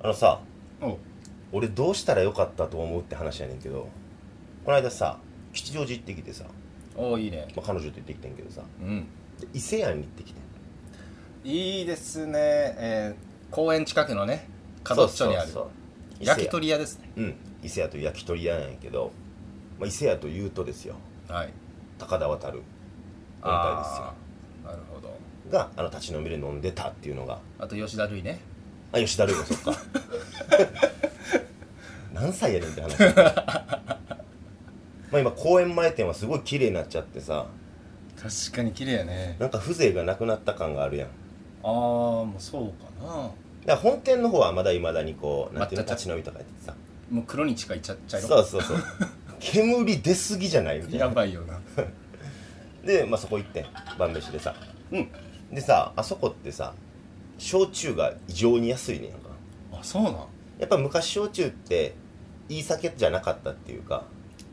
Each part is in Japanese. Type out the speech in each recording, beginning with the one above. あのさおう俺どうしたらよかったと思うって話やねんけどこの間さ吉祥寺行ってきてさ、おういいねまあ、彼女と行ってきてんけどさうんで伊勢屋に行ってきてんいいですねえー、公園近くのね角っちょにあるそうそうそう焼き鳥屋ですね伊勢屋うん伊勢屋という焼き鳥屋なんやけど、まあ、伊勢屋というとですよはい高田渡る本体ですよあーなるほどがあの立ち飲みで飲んでたっていうのがあと吉田類ねあ吉田類もそっ か何歳やねんって話まあ今公園前店はすごい綺麗になっちゃってさ確かに綺麗やねなんか風情がなくなった感があるやんああもうそうかなだから本店の方はまだいまだにこうなんていうの抹茶立ち飲みとかやっててさもう黒に近いちゃ茶色そうそう そう煙出すぎじゃないみたいやなばいよなで、まあ、そこ行ってん晩飯でさうんでさあそこってさ焼酎が異常に安いねんやんかあそうなんやっぱ昔焼酎っていい酒じゃなかったっていうか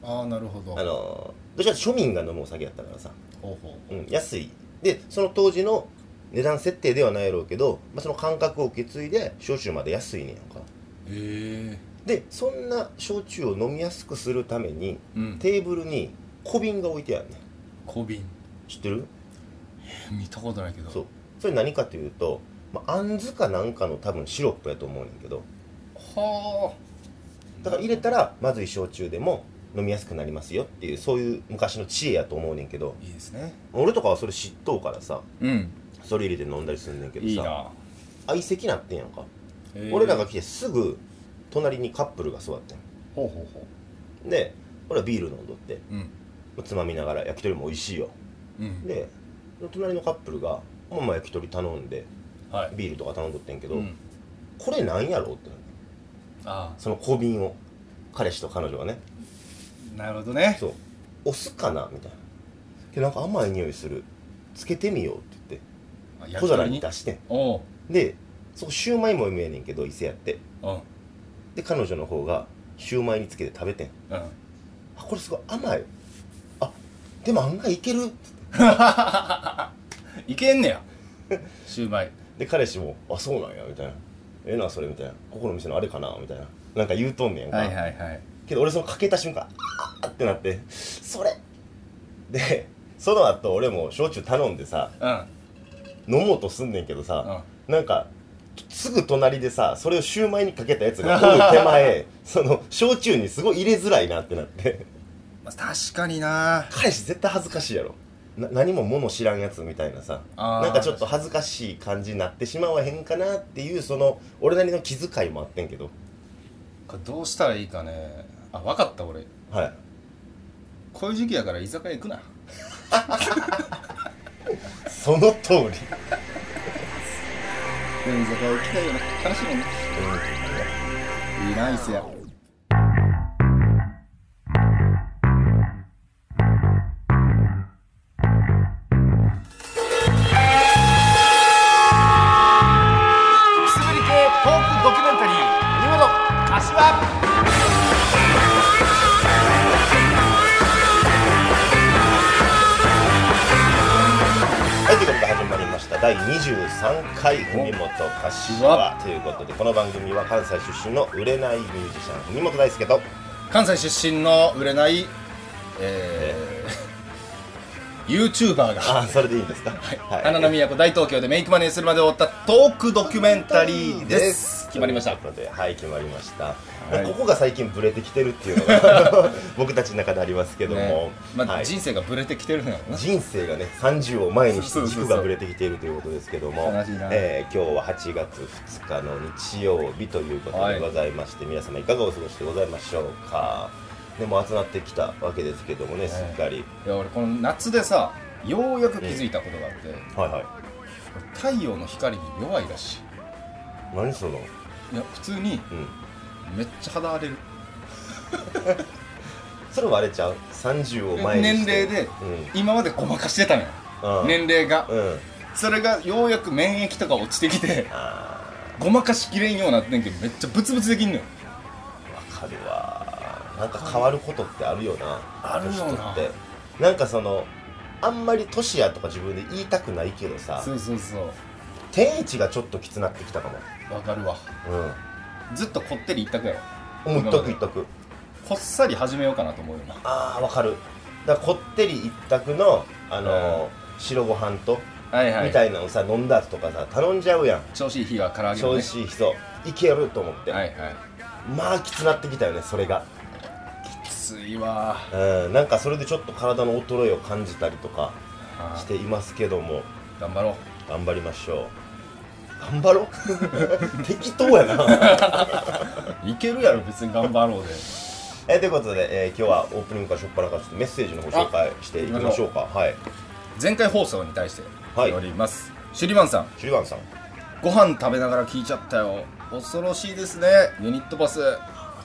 ああなるほどあのどちらかというと庶民が飲むお酒やったからさ、ほうほうん、安いでその当時の値段設定ではないやろうけど、まあ、その感覚を受け継いで焼酎まで安いねんやんかうへえでそんな焼酎を飲みやすくするためにうんテーブルに小瓶が置いてあるねん小瓶知ってる見たことないけどそうそれ何かというと、まあ、あんずかなんかの多分シロップやと思うねんけどはあだから入れたらまずい焼酎でも飲みやすくなりますよっていうそういう昔の知恵やと思うねんけどいいですね俺とかはそれ知っとうからさうんそれ入れて飲んだりすんねんけどいいさな相席なってんやんか、へー俺らが来てすぐ隣にカップルが座ってほうほうほんで俺はビール飲んどってううんつまみながら焼き鳥も美味しいようんで隣のカップルがまあまあ焼き鳥頼んではいビールとか頼んどってんけど、うんこれなんやろうってあその小瓶を彼氏と彼女がねあなるほどねそうお酢かなみたいなでなんか甘い匂いするつけてみようってあ言って焼小き皿鳥に出しておうんでそこシューマイも見えねんけど伊勢やってうんうんで彼女の方がシューマイにつけて食べてんあこれすごい甘いあでも案外いけるいけんねや シューマイで彼氏も「あそうなんや」みたいな「ええなそれ」みたいな「ここの店のあれかな」みたいななんか言うとんねんか、はいはいけど俺そのかけた瞬間「あっ!」ってなって「それ!」でその後俺も焼酎頼んでさう飲もうとすんねんけどさ、なんかすぐ隣でさそれをシューマイにかけたやつがおる手 前その焼酎にすごい入れづらいなってなってん、まあ、確かにな彼氏絶対恥ずかしいやろな何も物知らんやつみたいなさあーなんかちょっと恥ずかしい感じになってしまわへんかなっていうその俺なりの気遣いもあってんけどこれどうしたらいいかねあ分かった俺はいこういう時期やから居酒屋行くなその通り、うん、でも居酒屋行きたいよね楽しみねいいな椅子やくすぶり系トークドキュメンタリー「何者柏」はいということで始まりました第23回「文本柏」ということでこの番組は関西出身の売れないミュージシャン文本大輔と関西出身の売れないえ ー、YouTuber がああ それでいいんですかはい、花の都大東京でメイクマネーするまでを追ったトークドキュメンタリーです決まりましたということではい決まりました、はいここが最近ブレてきてるっていうの が僕たちの中でありますけども、ねまあはい人生がブレてきてるのよな人生がね30を前にしてそうそうそう軸がぶれてきているということですけども悲しいなえー今日は8月2日の日曜日ということはでいございまして、皆様いかがお過ごしでございましょうかでも集まってきたわけですけどもね、すっかりいや俺この夏でさようやく気づいたことがあって、はいはい太陽の光に弱いらし何そのいいや普通にうんめっちゃ肌荒れるそれはあれちゃう30を前にして年齢で今までごまかしてたのよ、うんうん、年齢が、うんそれがようやく免疫とか落ちてきてあごまかしきれんようになってんけどめっちゃブツブツできんのよーわかるわなんか変わることってあるよなあるよな年取ってなんかそのあんまり年やとか自分で言いたくないけどさそうそうそう天一がちょっときつなってきたかもわかるわうんずっとこってり一択やろもう一択一択こっさり始めようかなと思うよなああわかるだからこってり一択のあのー白ご飯とはいはみいたいなのさ飲んだ後とかさ頼んじゃうやん調子いい日は唐揚げも正ね直そういけると思って、はいはいまあきつなってきたよねそれがきついわうんなんかそれでちょっと体の衰えを感じたりとかあしていますけどもー頑張ろう頑張りましょう頑張ろう 適当や ないけるやろ別に頑張ろうでえということで、えー今日はオープニングからしょっぱなからちょっとメッセージのご紹介していきましょうかはい前回放送に対してはいおります、シュリマンさんシュリガンさんご飯食べながら聞いちゃったよ恐ろしいですねユニットバス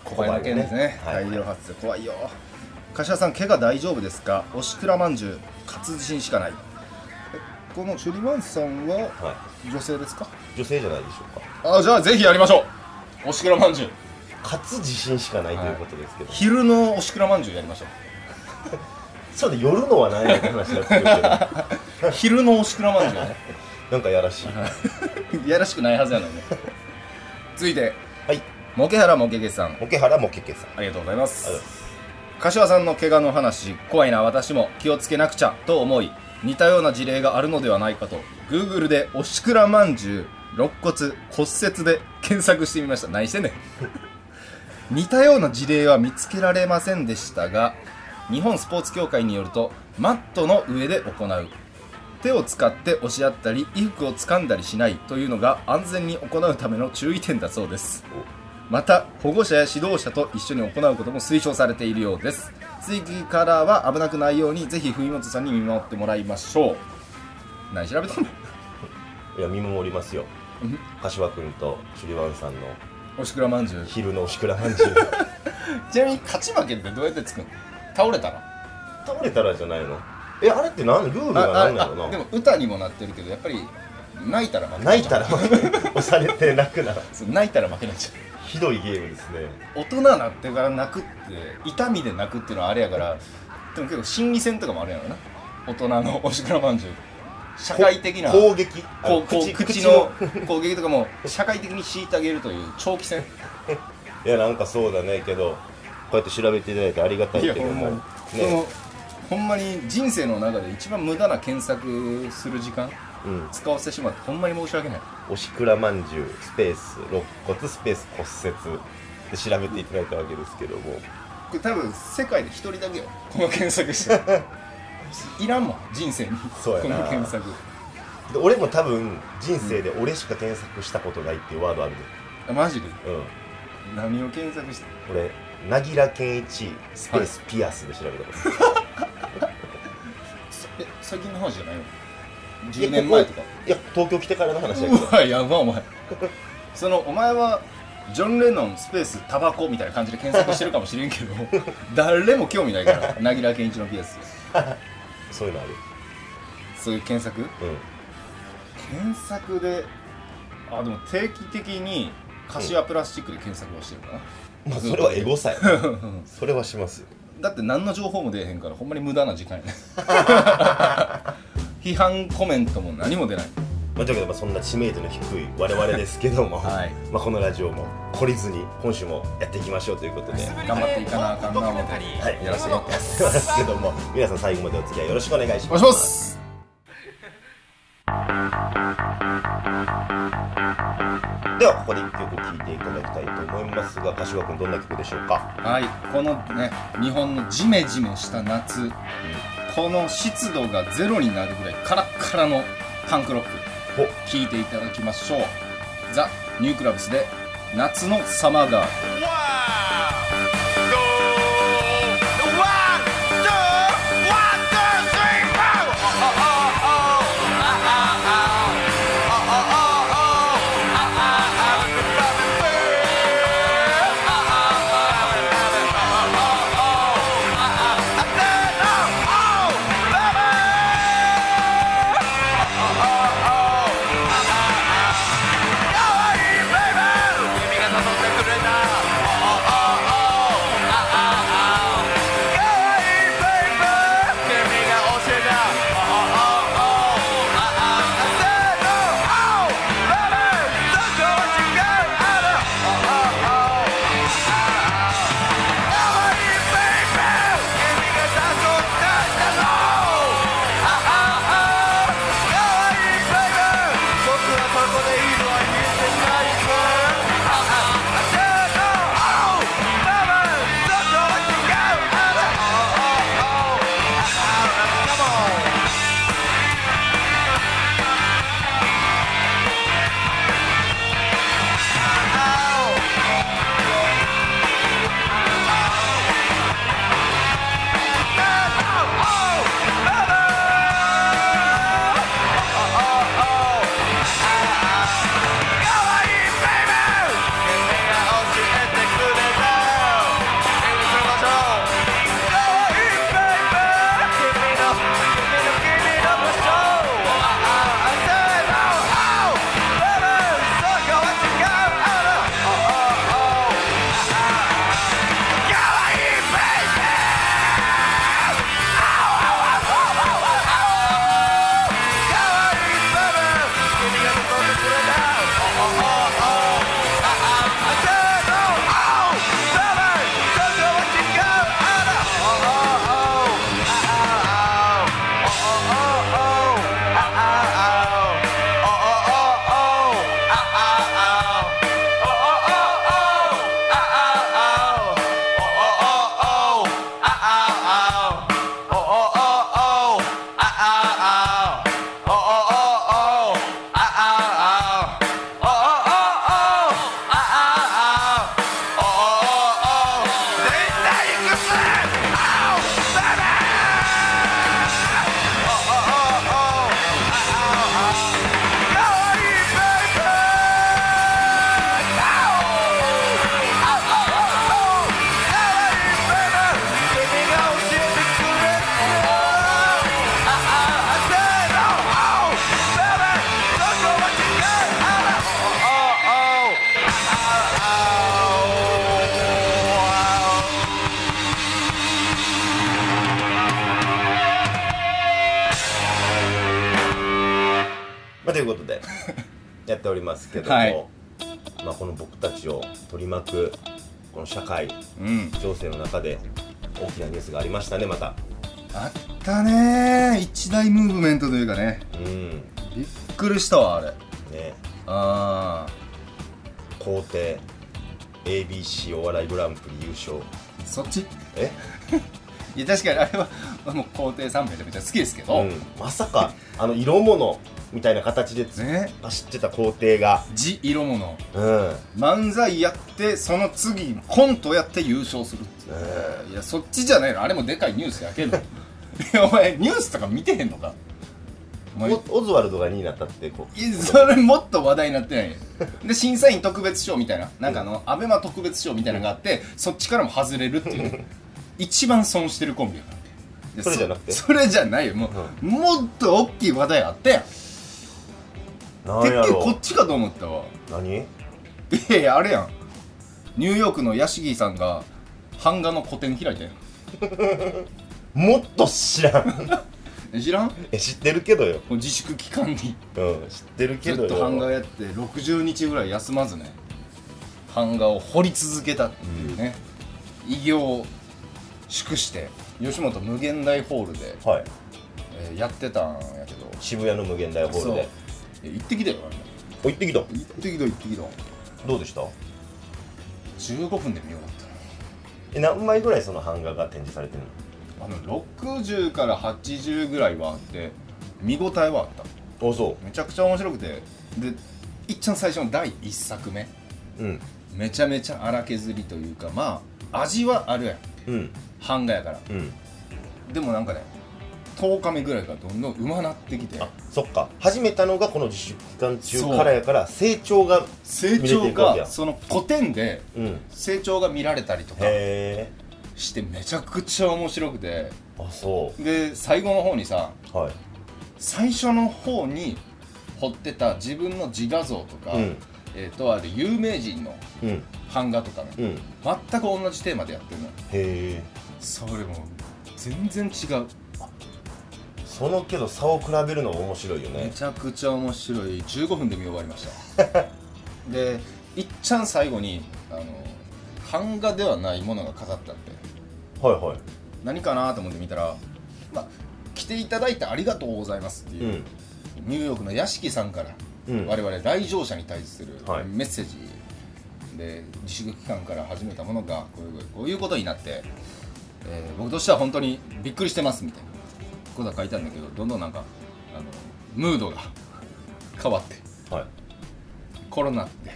ここ怖いまわでけねですね、はい大量発生怖いよ柏さん怪我大丈夫ですかおしくらまんじゅう勝つ自信しかないえこのシュリマンさんははい女性ですか女性じゃないでしょうかあじゃあぜひやりましょうおしくらまんじゅう勝つ自信しかないということですけど、昼のおしくらまんじゅうやりましょそうだ夜のは何やって話になってくる けどう昼のおしくらまんじゅうねなんかやらしいい やらしくないはずやのにね続いてはいモケハラモケゲさん桶原もけけさんあありがとうございますりがとうございます柏さんの怪我の話怖いな私も気をつけなくちゃと思い似たような事例があるのではないかと Google で「おしくらまんじゅう肋骨骨折」で検索してみました何してんねん 似たような事例は見つけられませんでしたが日本スポーツ協会によるとマットの上で行う手を使って押し合ったり衣服を掴んだりしないというのが安全に行うための注意点だそうですまた保護者や指導者と一緒に行うことも推奨されているようです追記からは危なくないようにぜひ文本さんに見守ってもらいましょう何調べたんだいや見守りますようん柏君とシュリワンさんのおしくらまんじゅう昼のおしくらまん じゅうちなみに勝ち負けってどうやってつくの倒れたら倒れたらじゃないのえあれって何ルールはあ何なのあでなも歌にもなってるけどやっぱり泣いたら負け泣いたら 押されて泣くなそう 泣いたら負けなんちゃひどいゲームですねう大人になってから泣くって痛みで泣くっていうのはあれやからでも結構心理戦とかもあるやろな大人のおしくらまんじゅう社会的なこ攻撃あこうこう口の攻撃とかも社会的に虐げるという長期戦いやなんかそうだねけどこうやって調べていただいてありがたいけどもねそのほんまに人生の中で一番無駄な検索する時間うん使わせてしまってほんまに申し訳ないおしくらまんじゅうスペース肋骨スペース骨折で調べていただいたわけですけどもこれ多分世界で一人だけよこの検索して いらんもん人生にそうやなこの検索で俺も多分人生で俺しか検索したことないっていうワードあるあマジででうん何を検索して俺なぎら健一スペースピアスで調べたこと、そえ最近の話じゃないよいや10年前とかここいや東京来てからの話だけどうわやばお前そのお前はジョン・レノンスペースタバコみたいな感じで検索してるかもしれんけど誰も興味ないからなぎら健一のピアスそういうのあるそういう検索検索であでも定期的に柏プラスチックで検索をしてるかうんまあそれはエゴさなやうんそれはしますよだって何の情報も出えへんからほんまに無駄な時間やね批判コメントも何も出ないまあ、というわけでまあそんな知名度の低い我々ですけども、はいまあ、このラジオも懲りずに今週もやっていきましょうということで、頑張っていかなあかんな思ってはい、やらせてもらってますますけども皆さん最後までお付き合いよろしくお願いしおま願いすしますではここで1曲聴いていただきたいと思いますが柏君どんな曲でしょうかはい、このね、日本のジメジメした夏、この湿度がゼロになるぐらいカラッカラのパンクロック、お聴いていただきましょう。ザ・ニュークラブスで、夏のサマーガール。君が誘ってくれた っておりますけども、はいまあ、この僕たちを取り巻くこの社会うん情勢の中で大きなニュースがありましたねまたあったねー一大ムーブメントというかねうんびっくりしたわあれねあ皇帝 ABC お笑いグランプリ優勝ーそっちえ、いや確かにあれはもう皇帝三名でめっちゃ好きですけど、うん、まさかあの色物みたいな形で突っね走ってた皇帝が地色物うん、うん、漫才やってその次コントやって優勝するっていういやそっちじゃないのあれもでかいニュース やけどいやお前ニュースとか見てへんのかお前オオズワルドが2位になったってこういやそれもっと話題になってないよで審査員特別賞みたいななんかあの、アベマ特別賞みたいなのがあってそっちからも外れるっていう一番損してるコンビやからいやそれじゃなくてそれじゃないよもう、もっと大きい話題あったやんて何っやきりころっちかと思ったわ何いやいやあれやんニューヨークのヤシギさんが版画の個展開いたやもっと知らん ん知らんもえ知ってるけどよ、う自粛期間にうん、知ってるずけっどよと版画やって60日ぐらい休まずね版画を掘り続けたっていうね、偉業を祝して吉本無限大ホールで、はいえーやってたんやけど渋谷の無限大ホールそういでや行ってきたよお行ってきた行ってきた行ってきたどうでした15分で見終わったなえ何枚ぐらいその版画が展示されてるのあの60から80ぐらいはあって見応えはあったあそめちゃくちゃ面白くてでいっちゃん最初の第1作目ううんめちゃめちゃ荒削りというかまあ味はあるやんうん版画やからうんでもなんかね10日目ぐらいからどんどんうまなってきてあそっか始めたのがこの自粛期間中からやから成長が成見れて長いくわけやがその古典でうんへ成長が見られたりとかえしてめちゃくちゃ面白くてあそで最後の方にさうはい最初の方に彫ってた自分の自画像とか、うんえーとある有名人のうん版画とかね、うんへ全く同じテーマでやってるのえそれも全然違うそのけど差を比べるのも面白いよめねちゃくちゃ面白い15分で見終わりましたでいっちゃん最後にあの版画ではないものが飾ったってはいはい何かなと思って見たら、まあ、来ていただいてありがとうございますっていうう、んニューヨークの屋敷さんから、うん我々来場者に対するはいメッセージで自粛期間から始めたものがこういうこういうことになって、えー僕としては本当にびっくりしてますみたいなことが書いてあるんだけどどんどんなんかあのムードが 変わってはいコロナって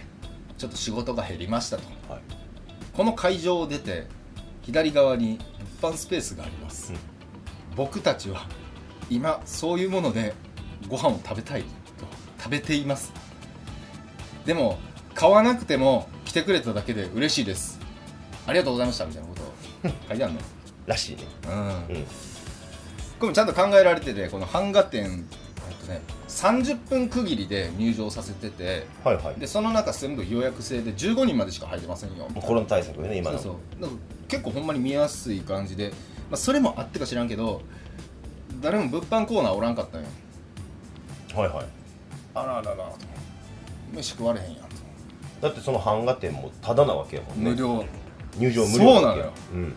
ちょっと仕事が減りましたとはいこの会場を出て左側に物販スペースがあります、うん僕たちは今そういうものでご飯を食べたいと食べていますでも買わなくても来てくれただけで嬉しいですありがとうございましたみたいなことを書いてあるのらしいねうんうんこれもちゃんと考えられててこの版画展えっとね30分区切りで入場させててはいはいでその中全部予約制で15人までしか入れませんよもうコロナ対策よね今のそうそうだから結構ほんまに見やすい感じで、まあ、それもあってか知らんけど誰も物販コーナーおらんかったんよはいはいあらあらあらと飯食われへんやんとだってその版画展もタダなわけやもんね無料入場無料そうなのわけやようん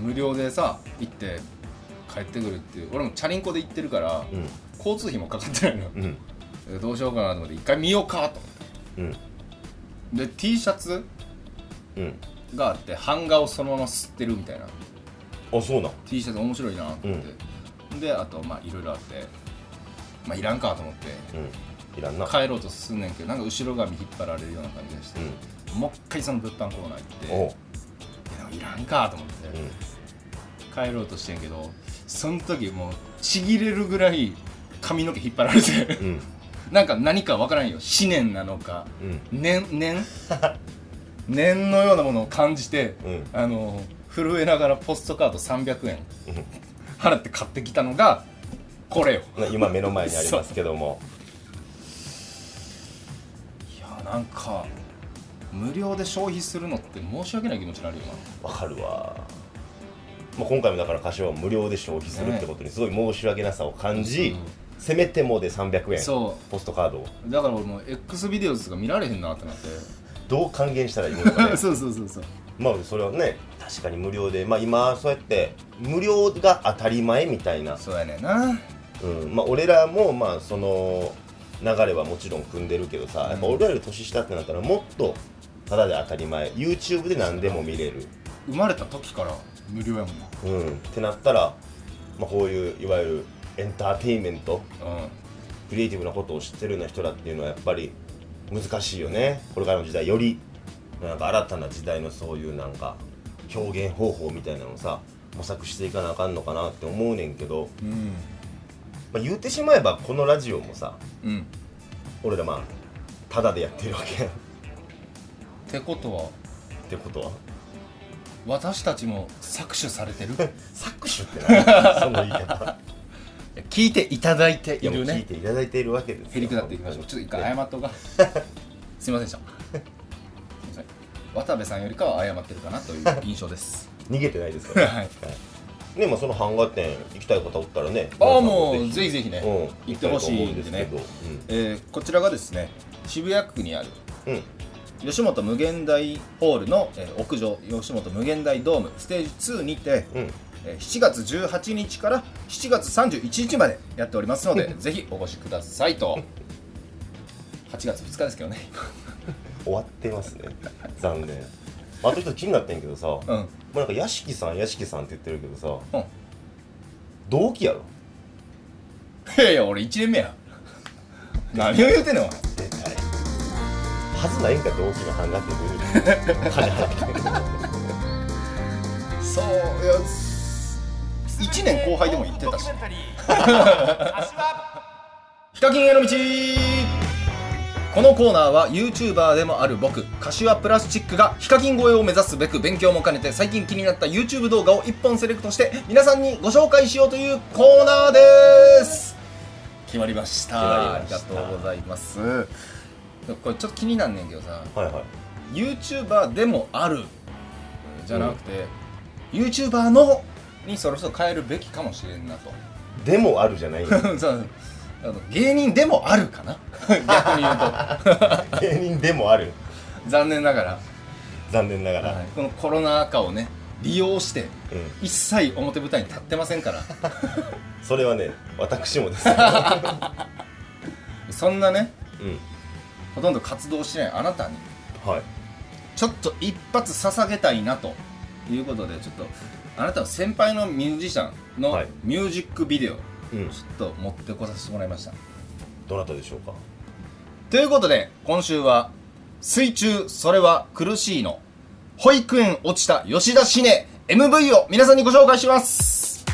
無料でさ行って帰ってくるっていう俺もチャリンコで行ってるから、うん交通費もかかってないのようんでどうしようかなと思って一回見ようかと思うっんてで T シャツうんがあって版画をそのまま吸ってるみたいなあそうなん T シャツ面白いなと思って、であとまあいろいろあってまあいらんかと思ってうんいらんな帰ろうとすんねんけどなんか後ろ髪引っ張られるような感じがして、もう一回その物販コーナー行っておういやいらんかと思って、うん帰ろうとしてんけどその時もうちぎれるぐらい髪の毛引っ張られてうん なんか何かわからんよ思念なのかうん念念 念のようなものを感じて、うんあの震えながらポストカード300円払って買ってきたのがこれよな今目の前にありますけどもいやなんか無料で消費するのって申し訳ない気持ちになるよなわかるわ、まあ、今回もだから歌詞は無料で消費するってことにすごい申し訳なさを感じ、うんせめてもで300円そポストカードをうだから俺もう X ビデオズとか見られへんなってなってどう還元したらいいのかね そうそうそうそうまあそれはね確かに無料でまあ今そうやって無料が当たり前みたいな、そうやねんなうんまあ、俺らもまあその流れはもちろん組んでるけどさ、やっぱ俺らより年下ってなったらもっとただで当たり前 YouTube で何でも見れる、生まれた時から無料やもんなうん、ってなったら、まあ、こういういわゆるエンターテインメントうんクリエイティブなことを知ってるような人らっていうのはやっぱり難しいよねこれからの時代よりなんか新たな時代のそういうなんか表現方法みたいなのをさ模索していかなあかんのかなって思うねんけど、うんまあ、言ってしまえばこのラジオもさうんっ俺らまあタダでやってるわけやんてことはってことは私たちも搾取されてる 搾取ってないその言い方聞いていただいていいやもうる聞いねていただいているわけですへりくだっていきましょうちょっと一回謝っとか すいませんでしたすいません渡部さんよりかは謝ってるかなという印象です逃げてないですから、ねはいはい、ねまあその版画展行きたい方おったらねああも皆さんうぜひぜひね、うん、行ってほしいんで行きたねいと思うんですけどえーこちらがですね渋谷区にあるうんうん吉本無限大ホールの、えー屋上吉本無限大ドームステージ2にて、うん、えー7月18日から7月31日までやっておりますの でぜひお越しくださいと8月2日ですけ どね終わってますね残念あと一つ気になってんけどさ、もううんなんか屋敷さん屋敷さんって言ってるけどさうん同期やろいやいや俺1年目や何を言うてんのお前絶対はずないんか同期の版画っていう金払ってそういや1年後輩でも言ってたしドキュメンタリー足はヒカキンへの道このコーナーは YouTuber でもある僕柏プラスチックがヒカキン越えを目指すべく勉強も兼ねて最近気になった YouTube 動画を1本セレクトして皆さんにご紹介しようというコーナーです決まりまし決たまりましたありがとうございますでもこれちょっと気になんねんけどさはいはい YouTuber でもあるじゃなくて、YouTuber のにそろそろ変えるべきかもしれんなとでもあるじゃないよそうあの芸人でもあるかな 逆に言う芸人でもあると 残念ながら、残念ながら、このコロナ禍をね利用してうん一切表舞台に立ってませんからそれはね私もです ね、そんなねうほとんど活動してないあなたにんはいちょっと一発捧げたいなということでちょっとあなたの先輩のミュージシャンのはいミュージックビデオ、うんちょっと持ってこさせてもらいましたどなたでしょうかということで今週は「水中それは苦しいの」保育園落ちた吉田シネ MV を皆さんにご紹介します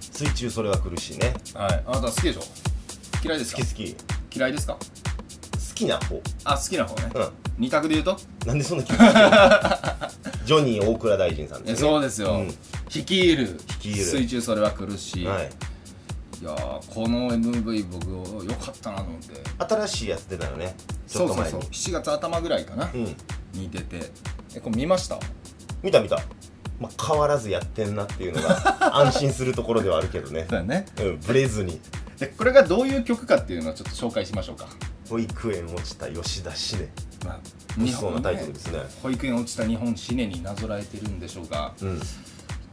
水中それは苦しいねはいあなた好きでしょ嫌いです好かき好き好嫌いですかきな方あ好きな方ね、うん二択で言うとなんでそんな気持ち悪いの ジョニー大倉大臣さんです、ね、そうですよ、うん率いる率いる水中それは苦しい、、はいい、やーこの MV 僕良かったなと思って新しいやつ出たよねちそょうっとそう前にそう7月頭ぐらいかな、うんに出てえこれ見ました見た見た、まあ、変わらずやってんなっていうのが 安心するところではあるけどねそうだねうんブレずにでこれがどういう曲かっていうのをちょっと紹介しましょうか保育園落ちた吉田シネまあ、美味しそうなタイトルですね保育園落ちた日本シネになぞらえてるんでしょうがうんい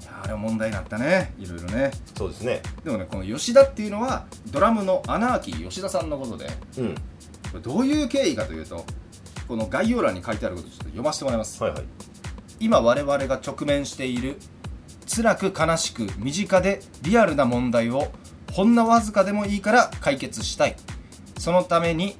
やあれは問題になったねいろいろねそうですねでもねこの吉田っていうのはドラムのアナーキー吉田さんのことでこうんれどういう経緯かというとこの概要欄に書いてあることをちょっと読ませてもらいますはいはい今我々が直面している辛く悲しく身近でリアルな問題をほんのわずかでもいいから解決したいそのために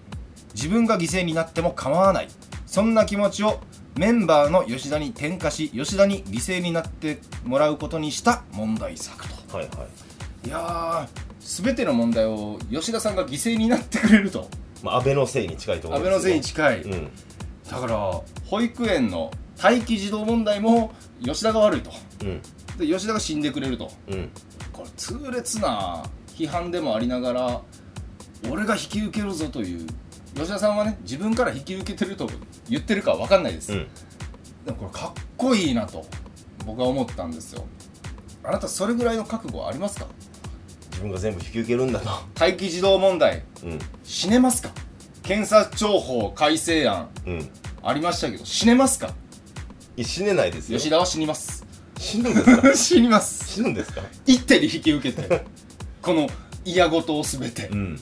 自分が犠牲になっても構わないそんな気持ちをメンバーの吉田に転嫁し吉田に犠牲になってもらうことにした問題作とはいはい、いやー全ての問題を吉田さんが犠牲になってくれるとまあ、安倍のせいに近いとこ安ろ倍のせいにい近い、うんだから保育園の待機児童問題も吉田が悪いとうんで吉田が死んでくれるとうんこれ痛烈な批判でもありながら俺が引き受けるぞという吉田さんはね自分から引き受けてると言ってるかは分かんないです、うんでもこれかっこいいなと僕は思ったんですよあなたそれぐらいの覚悟はありますか自分が全部引き受けるんだと、待機児童問題うん死ねますか検査庁法改正案うん、ありましたけど死ねますかいや死ねないですよ吉田は死にます 死ぬんですか死にます死ぬんですか一手に引き受けてこの嫌事を全てうん、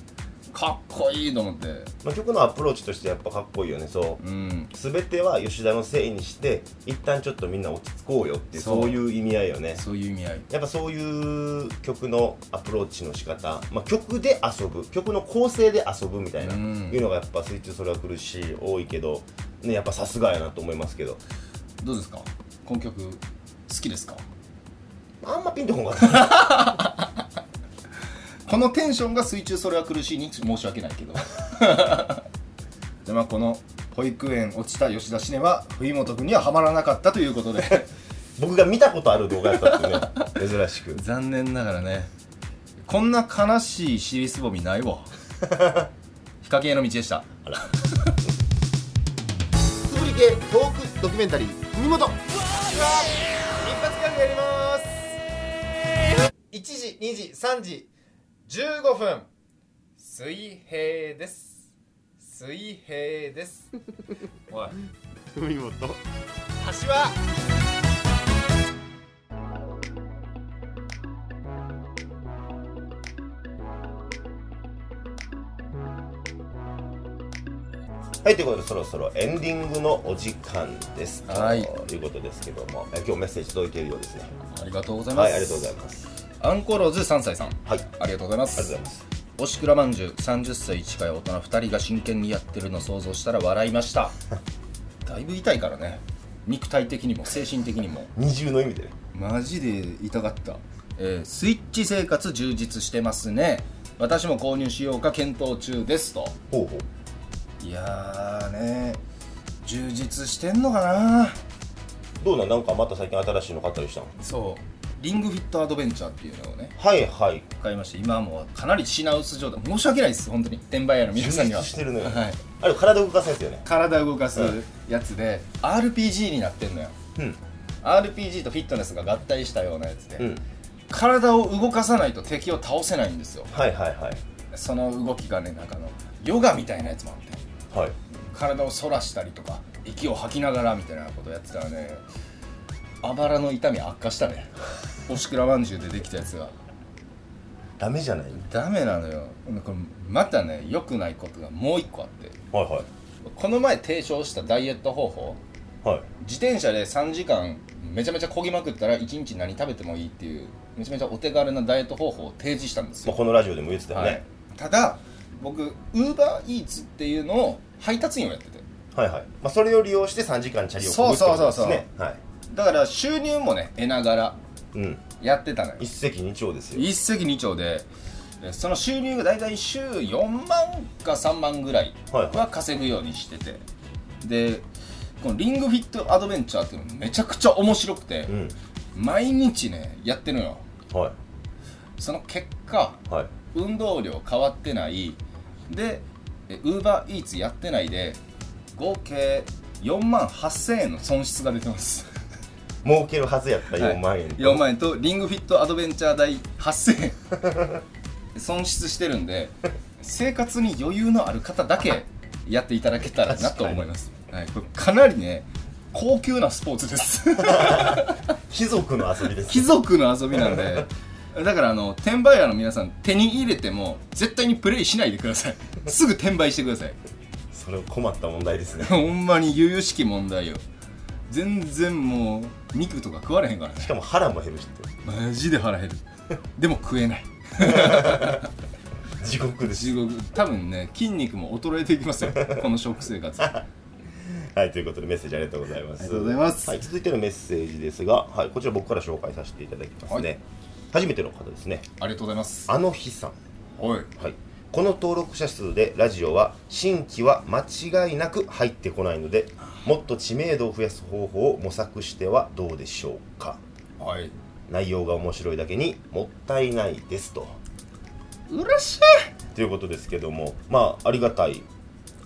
かっこいいと思ってまあ、曲のアプローチとしてやっぱかっこいいよねそううん全ては吉田のせいにして一旦ちょっとみんな落ち着こうよっていうそうそういう意味合いよねそういう意味合いやっぱそういう曲のアプローチの仕方、まあ、曲で遊ぶ曲の構成で遊ぶみたいな、うんいうのがやっぱ「水中それは苦しい」多いけど、ね、やっぱさすがやなと思いますけどどうですかこの曲好きですかあんまピンとこなかった このテンションが水中それは苦しいに申し訳ないけど でまあこの保育園落ちた吉田シネは冬本君にはハマらなかったということで僕が見たことある動画やったっていうね 珍しく 残念ながらねこんな悲しい尻すぼみない わヒカキンへの道でしたつぶり系トークドキュメンタリー海本一発ギャグやります1時2時3時15分水平です水平です おい海本橋ははいということでそろそろエンディングのお時間ですはいということですけどもえ今日メッセージ届いているようですねありがとうございます、はいありがとうございますアンコローズ3歳さんはいありがとありがとうございますうございますおしくらまんじゅう30歳近い大人2人が真剣にやってるの想像したら笑いました だいぶ痛いからね肉体的にも精神的にも二重の意味でねマジで痛かった、えースイッチ生活充実してますね私も購入しようか検討中ですとほうほういやーね充実してんのかなどうなんなんかまた最近新しいの買ったりしたのそうリングフィットアドベンチャーっていうのをねはいはい買いまして今はもうかなり品薄状態申し訳ないです本当に転売屋の皆さんには充実してるのよ はい、あれ体動かすやつよね体動かすやつで、RPG になってんのようん、 RPG とフィットネスが合体したようなやつで、うん、体を動かさないと敵を倒せないんですよはいはいはいその動きがねなんかあのヨガみたいなやつもあってはい体を反らしたりとか息を吐きながらみたいなことやってたらねあばらの痛み悪化したねおしくらまんじゅうでできたやつがダメじゃないダメなのよこれまたね良くないことがもう一個あってはいはいこの前提唱したダイエット方法はい自転車で3時間めちゃめちゃ漕ぎまくったら1日何食べてもいいっていうめちゃめちゃお手軽なダイエット方法を提示したんですまよあ、、このラジオでも言ってたよはいね、、ただ僕ウーバーイーツっていうのを配達員をやっててはい、はいまあ、それを利用して3時間チャリをこぐってことですねはいだから収入もね得ながらうんやってたのよ一石二鳥ですよ一石二鳥でえその収入が大体週4万か3万ぐらいはいは稼ぐようにしててでこのリングフィットアドベンチャーっていうのめちゃくちゃ面白くてうん毎日ねやってるのよはその結果いはい運動量変わってないでウーバーイーツやってないで合計4万8000円の損失が出てます儲けるはずやった4万円、はい4万円とリングフィットアドベンチャー代8000円 損失してるんで生活に余裕のある方だけやっていただけたらなと思いますはい、これかなりね高級なスポーツです貴族の遊びです貴族の遊びな んでだからあの転売屋の皆さん手に入れても絶対にプレイしないでくだ さいすぐ転売してくださいそれ困った問題ですねほんまに由々しき問題よ全然もう肉とか食われへんからねしかも腹も減るしってマジで腹減るでも食えない地獄です地獄多分ね筋肉も衰えていきますよこの食生 活あはいということでメッセージありがとうございますりがとうございますはい、続いてのメッセージですが、はい、こちら僕から紹介させていただきますね、はい初めての方ですねりがとうございますあの日さんおいはい、この登録者数でラジオは新規は間違いなく入ってこないのでもっと知名度を増やす方法を模索してはどうでしょうかはい内容が面白いだけにもったいないですとうらしということですけどもまあありがたいい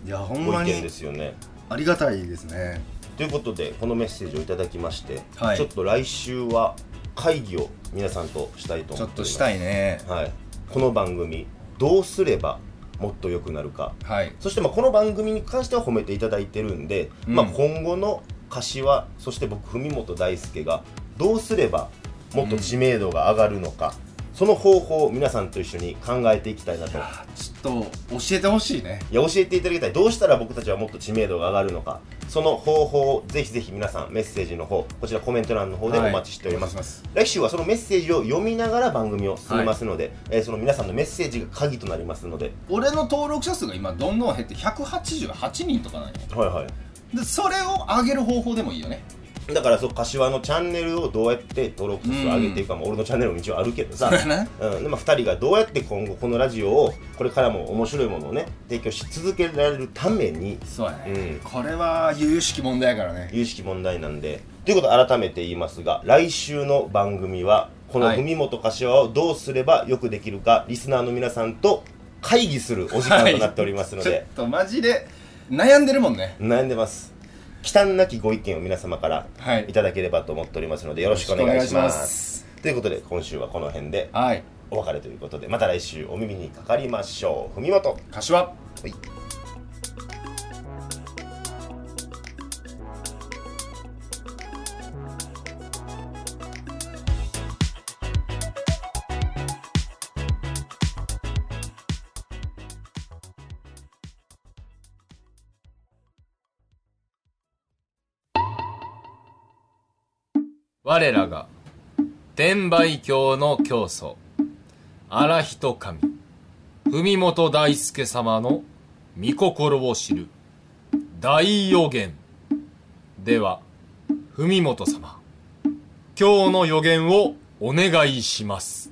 いやほんごま意見にですよねありがたいですねということでこのメッセージをいただきまして、はいちょっと来週は会議を皆さんとしたいとち思ょっっておりまとすしたいねはいこの番組どうすればもっと良くなるかはいそしてまあこの番組に関しては褒めていただいてるんで、うんまあ今後の柏そして僕文元大輔がどうすればもっと知名度が上がるのか、その方法を皆さんと一緒に考えていきたいなといやあちょっと教えてほしいね教えていただきたいどうしたら僕たちはもっと知名度が上がるのかその方法をぜひぜひ皆さんメッセージの方こちらコメント欄の方でお待ちしております、はいお待ち来し週はそのメッセージを読みながら番組を進めますので、えーその皆さんのメッセージが鍵となりますので俺の登録者数が今どんどん減って188人とかなんよはいはいでそれを上げる方法でもいいよねだからそう柏のチャンネルをどうやって登録者数を上げていくかも、俺のチャンネルも一応あるけどさ、そうやねうんでまあ、2人がどうやって今後このラジオをこれからも面白いものをね提供し続けられるためにそうやね、うんこれは由々しき問題やからね有識問題なんでということを改めて言いますが来週の番組はこのはい文元柏をどうすればよくできるか、リスナーの皆さんと会議するお時間となっておりますので、はいちょっとマジで悩んでるもんね悩んでます忌憚なきご意見を皆様からはいいただければと思っておりますのでよろしくお願いしよまろしくお願いしますすということで今週はこの辺ではいお別れということでまた来週お耳にかかりましょう文元柏はい我らが天売教の教祖荒人神文元大輔様の御心を知る大予言では文元様今日の予言をお願いします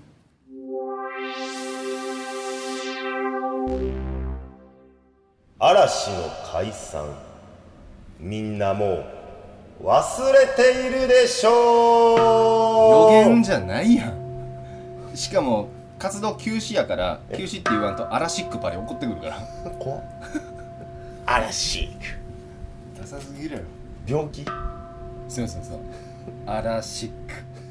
嵐の解散みんなもう忘れているでしょ予う言じゃないやんしかも活動休止やから休止って言わんとアラシックパリ怒ってくるから怖っ 嵐ダサすぎるやろ病気そうそうそうアラシック